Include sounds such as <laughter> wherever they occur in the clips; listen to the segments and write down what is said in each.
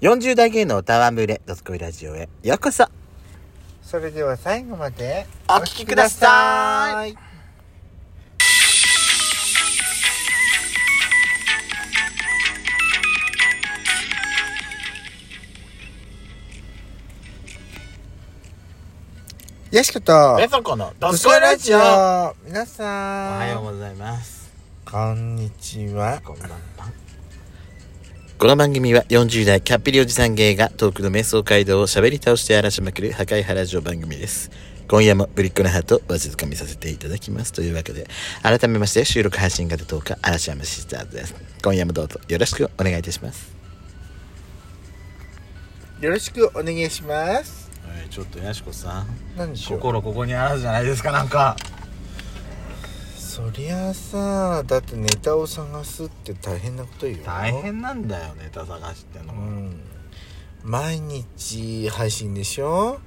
40代芸能歌わむれ、ドスコイラジオへようこそそれでは最後までお聞きくださいよしことベソコのドスコイラジオお皆さんはようございます。こんにちはこんばんは。この番組は40代キャッピリおじさん芸がトークの瞑想街道を喋り倒して荒らしまくる破壊ハラジオ番組です。今夜もぶりっ子のハートをわしづかみさせていただきます。というわけで、改めまして収録配信型10日、嵐山シスターズです。今夜もどうぞよろしくお願いいたします。よろしくお願いしますえちょっとやしこさん何でしょう心ここにあるじゃないですかなんかそりゃあさだってネタを探すって大変なことよ大変なんだよネタ探しってのうも、ん毎日配信でしょ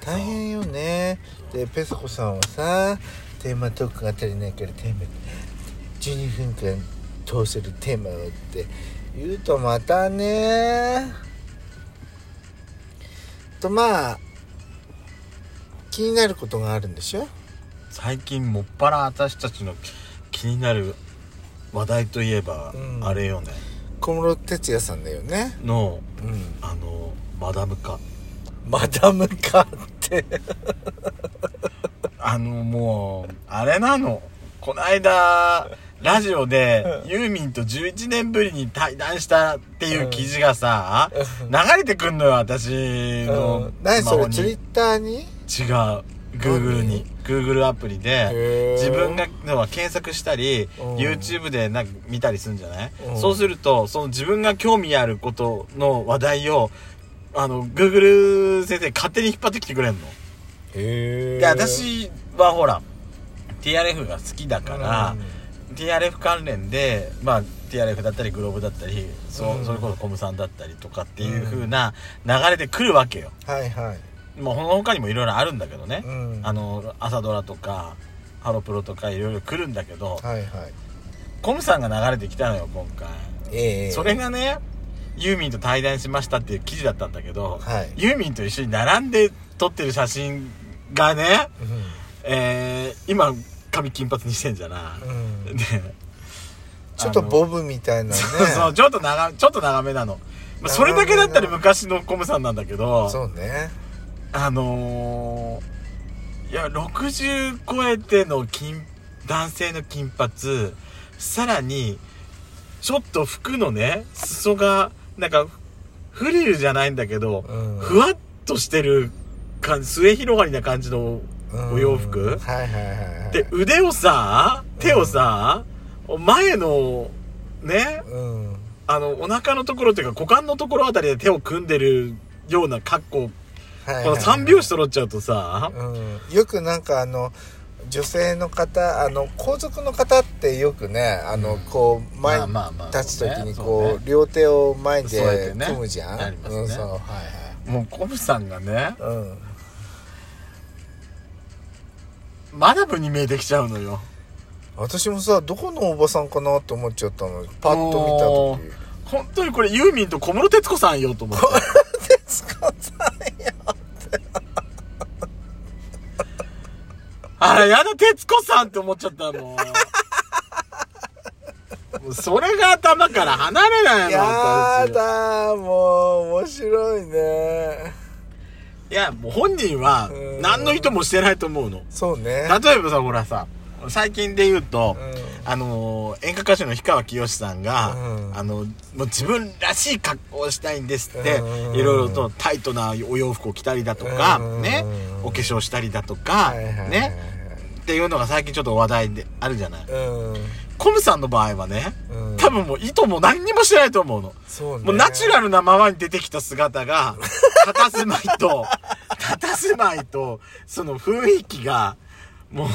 大変よねでペソコさんはさテーマトークが足りないからテーマ12分間通せるテーマをって言うとまたねとまあ気になることがあるんでしょ最近もっぱら私たちの気になる話題といえば、うんあれよね小室哲哉さんだよねのうんあのマダム化マダムかってあのもうあれなのこないだラジオでうんユーミンと11年ぶりに対談したっていう記事がさ、流れてくんのよ私の何スマそホれにツイッターに違う Google に Google アプリで自自分が要は検索したりうん YouTube でなんか見たりするんじゃないうんそうするとその自分が興味あることの話題をあの Google 先生勝手に引っ張ってきてくれんのへで私はほら TRF が好きだから、TRF 関連で、まあ、TRF だったりグローブだったりそ,、うんそれこそコムさんだったりとかっていう風な流れで来るわけよ、はいはい、まあ、その他にもいろいろあるんだけどね、うんあの朝ドラとかハロプロとかいろいろ来るんだけどはいはいコムさんが流れてきたのよ今回、ええそれがねユーミンと対談しましたっていう記事だったんだけど、はいユーミンと一緒に並んで撮ってる写真がね、うえー今髪金髪にしてんじゃない、んうんでちょっとあのボブみたいなね <laughs> そうそうちょっと長ちょっと長めなの、まあ、それだけだったら昔のコムさんなんだけどそうねあのー、いや60超えての金男性の金髪さらにちょっと服のね裾がなんかフリルじゃないんだけど、うんふわっとしてる感じ末広がりな感じのうんお洋服はいはいはいはいで腕をさ手をさ、前のねうんあのお腹のところっていうか股間のところあたりで手を組んでるような格好はいこのはい三拍子揃っちゃうとさ、うんよくなんかあの女性の方あの皇族の方ってよくねあのこう前にまあまあ立つ時にそうこねう両手を前で添えてね組むじゃんなりますねうんそうはいもうコブさんがねはいうんマダムに見えてきちゃうのよ私もさどこのおばさんかなって思っちゃったのパッと見た時本当にこれユーミンと小室哲子さんよと思って徹子さんよあらやだ徹子さんって思っちゃったもうもうそれが頭から離れないのや私だもう面白いねいやもう本人はうん何の意図もしてないと思うのそうね例えばさほらさ最近で言うと、うあのー演歌歌手の氷川きよしさんが、うんあのもう自分らしい格好をしたいんですって、うんいろいろとタイトなお洋服を着たりだとか、うんねお化粧したりだとか、はいはいはいねっていうのが最近ちょっと話題であるじゃない、うんコムさんの場合はねうん多分もう意図も何にもしてないと思うの、そうねもうナチュラルなままに出てきた姿が佇まいと佇まいとその雰囲気がもう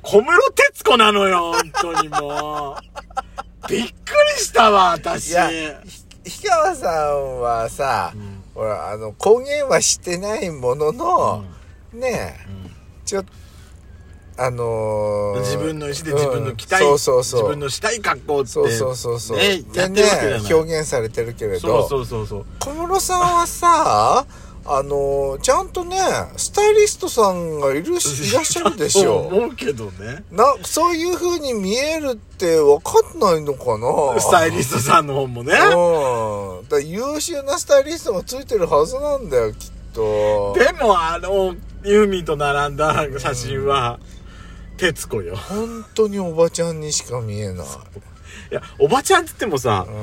小室哲子なのよ本当にもうびっくりしたわい私やひ氷川さんはさ、うんほらあの公言はしてないものの、ねえちょっあのー自分の意思で自分の着たい、うんそうそうそう自分のしたい格好ってそうそうそうそう、ね、やでってるわけじゃねない、表現されてるけれどそうそうそうそう小室さんはさあのーちゃんとねスタイリストさんがい <laughs> るしいらっしゃるでしとょ思うけどねなそういう風に見えるって分かんないのかなスタイリストさんの方もねうんだから優秀なスタイリストがついてるはずなんだよきっとでもあのユーミンと並んだ写真は徹子よ本当におばちゃんにしか見えない、いやおばちゃんって言ってもさうん、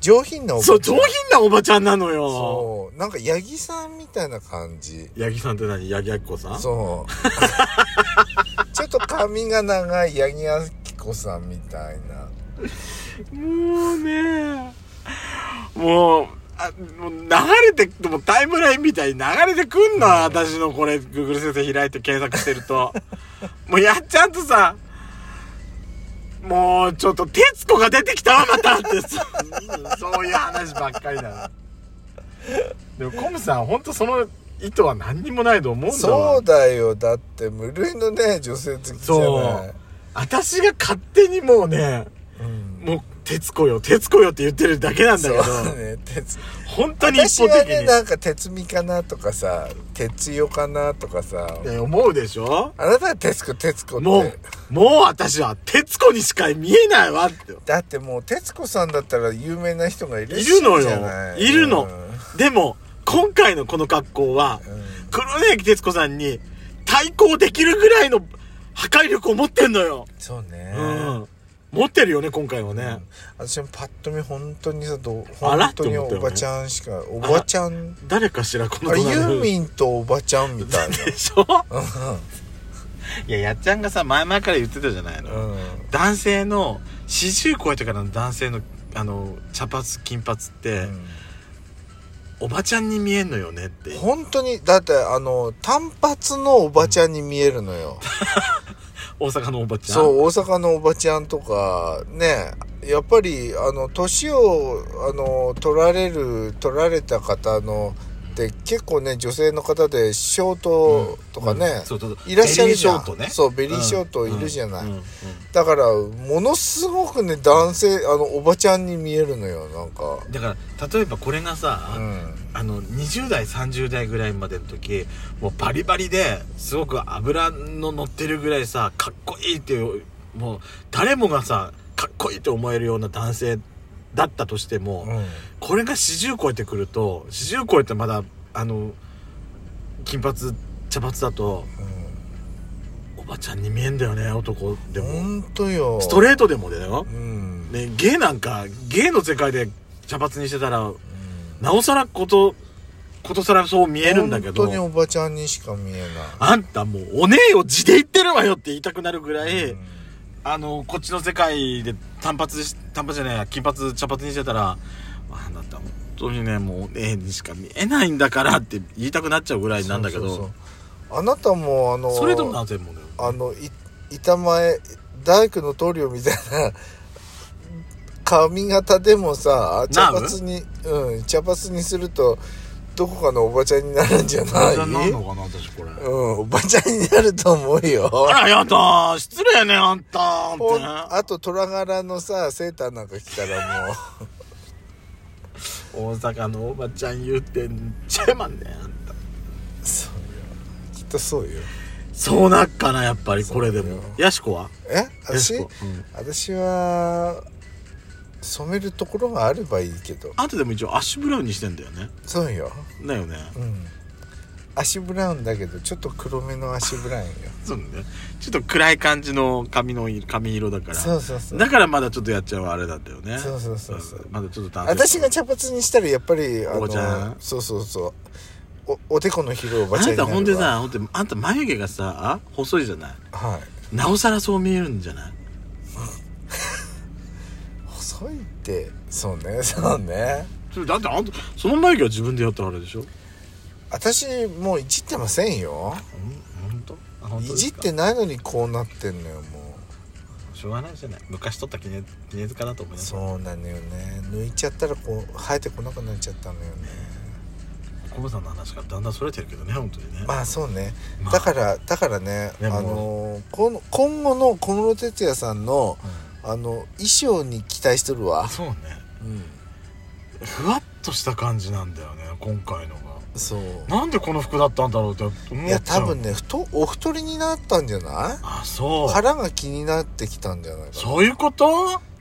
上品なおばちゃそうん上品なおばちゃんなのよそうなんか八木さんみたいな感じ八木さんって何八木亜希子さんそう <laughs> ちょっと髪が長い八木亜希子さんみたいなもうねもうあもう流れてもうタイムラインみたいに流れてくんな、私のこれ Google 先生開いて検索してるともうやっちゃんとさもうちょっと「徹子が出てきたわまた」ってさそういう話ばっかりだなでもコムさん本当その意図は何にもないと思うんだわそうだよだって無類のね女性好きじゃないそう私が勝手にもうねうんもう「徹子よ徹子よ」って言ってるだけなんだそけどうね鉄本当に一方私は的にねなんか鉄味かなとかさ鉄代かなとかさね思うでしょあなたは徹子徹子っもてうもう私は徹子にしか見えないわってだってもう徹子さんだったら有名な人がいるいしるのじよゃないいるのうでも今回のこの格好はんうん黒柳徹子さんに対抗できるぐらいの破壊力を持ってんのよ、そうねうん持ってるよね今回はね、私もパッと見本当にさどあら本当におばちゃんしか、おばちゃん誰かしらこのあれユーンミンとおばちゃんみたいでしょな <laughs> いややっちゃんがさ前々から言ってたじゃないの、うんうん男性の四十超えてからの男性のあの茶髪金髪って、おばちゃんに見えんのよねって本当にだってあの単発のおばちゃんに見えるのよ、大阪のおばちゃんそう大阪のおばちゃんとかねやっぱりあの年をあの取られる取られた方のって結構ね女性の方でショートとかね、そうそうそういらっしゃるじゃベんリーショートねそうベリーショートいるじゃない、だからものすごくね男性あのおばちゃんに見えるのよなんかだから例えばこれがさ、うんあの20代30代ぐらいまでの時もうバリバリですごく脂の乗ってるぐらいさかっこいいっていうもう誰もがさかっこいいと思えるような男性だったとしても、うんこれが40超えてくると40超えてまだあの金髪茶髪だとおばちゃんに見えんだよね男でうんも、ほんとよストレートでもだよ、うん、ね、ゲイなんかゲイの世界で茶髪にしてたらなおさらことことさらそう見えるんだけ本当にどおばちゃんにしか見えあんたもうお姉を地で言ってるわよって言いたくなるぐらない、い、うんあのこっちの世界で単発し単発じゃないや金髪茶髪にしてたらあなた本当にねもうお姉にしか見えないんだからって言いたくなっちゃうぐらいなんだけどそそうそうそうあなたもあのれでもなぜもねあのい板前大工の棟梁みたいな髪型でもさ茶なる髪に、うん、茶髪にするとどこかのおばちゃんになるんじゃおばないちゃんなんのかな私これ、うん、おばちゃんになると思うよ。あらやだ失礼ねあんたってほねんあと虎柄のさセーターなんか着たらもう大阪のおばちゃん言うてんちゃいまんねあんたそうよきっとそうよそうなっかなやっぱりこれでそうもだよやしこはえやし私こ、うん、私は染めるところがあればいいけどあんたでも一応アッシュブラウンにしてんだよねそうよだよねうんアシブラウンだけどちょっと黒めのアシブラウンよそうだねちょっと暗い感じの髪の色髪色だからそうそうそうだからまだちょっとやっちゃうはあれだったよねそうそうそうそうまだちょっと男性私が茶髪にしたらやっぱりあおばちゃんのそうそうそうおおでこの広いおばあちゃんんになたるわほんでさほんであんた眉毛がさ細いじゃないはいなおさらそう見えるんじゃない細いってそうねそうねそれだってあんたその眉毛は自分でやったあれでしょ私もういじってませんよ本当いじってないのにこうなってんのよもしょうがないじゃない昔取った絹絹塚だと思いうますそうなのよね抜いちゃったらこう生えてこなくなっちゃったのよね鉱山の話からだんだんそれてるけどね本当にね、まあそうね、まあだからだからねねあのーこの今後の小室哲哉さんのあの衣装に期待しとるあわ、そうねうん、ふわっとした感じなんだよね今回のがそうなんでこの服だったんだろうって思っちゃういや多分ね太お太りになったんじゃないあそう腹が気になってきたんじゃないかなそういうこと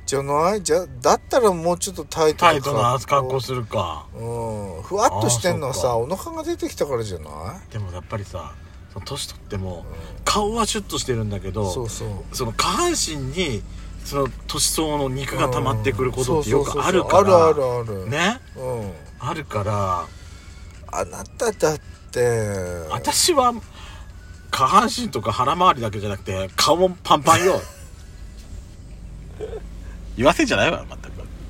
じゃないじゃだったらもうちょっとタイトタなイトな格好するかうんふわっとしてんのはあさーお腹が出てきたからじゃない、でもやっぱりさその年取ってもう顔はシュッとしてるんだけどん、そうそうその下半身にその年相応の肉が溜まってくることってよくあるそかうそうそうらあるあるある、ねうん、あるからあなただって私は下半身とか腹回りだけじゃなくて顔もパンパンよ言わせんじゃないわ全く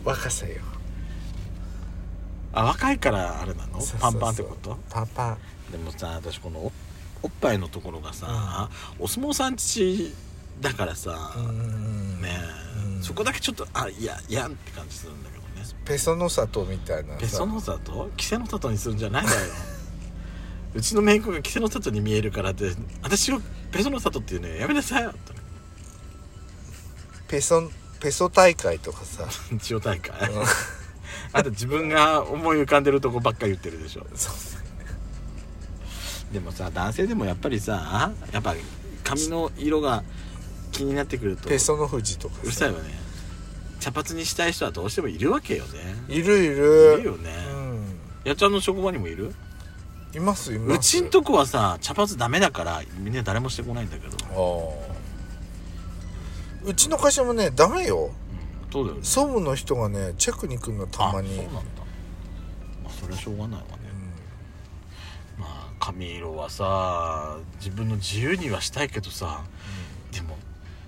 若さよあ若いからあれなのそうそパうそうンパンってことパンパンでもさ私このおおっぱいのところがさ、お相撲さん父だからさ、うんねえ、うんそこだけちょっとあいやいやんって感じするんだけどねペソの里みたいなさペソの里稀勢の里にするんじゃないの <laughs> ようちの姪っ子が稀勢の里に見えるからって私をペソの里っていうのやめなさいよってペソペソ大会と <laughs> かさ千代大会あと自分が思い浮かんでるとこばっか言ってるでしょそうでもさ男性でもやっぱりさやっぱ髪の色が気になってくるとペソの富士とかうるさいわね茶髪にしたい人はどうしてもいるわけよねいるいいるるよねうんやっちゃんの職場にもいるいますいますうちんとこはさ茶髪ダメだからみんな誰もしてこないんだけど、ああうちの会社もねダメようん、そうだよね総務の人がねチェックに来るのたまにあそうなんだまあそれはしょうがないわね、まあ髪色はさ自分の自由にはしたいけどさでも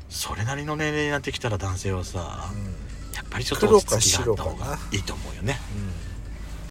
それなりの年齢になってきたら男性はさ、うんうんやっぱりちょっと落ち着きがあった方がいいと思うよねうん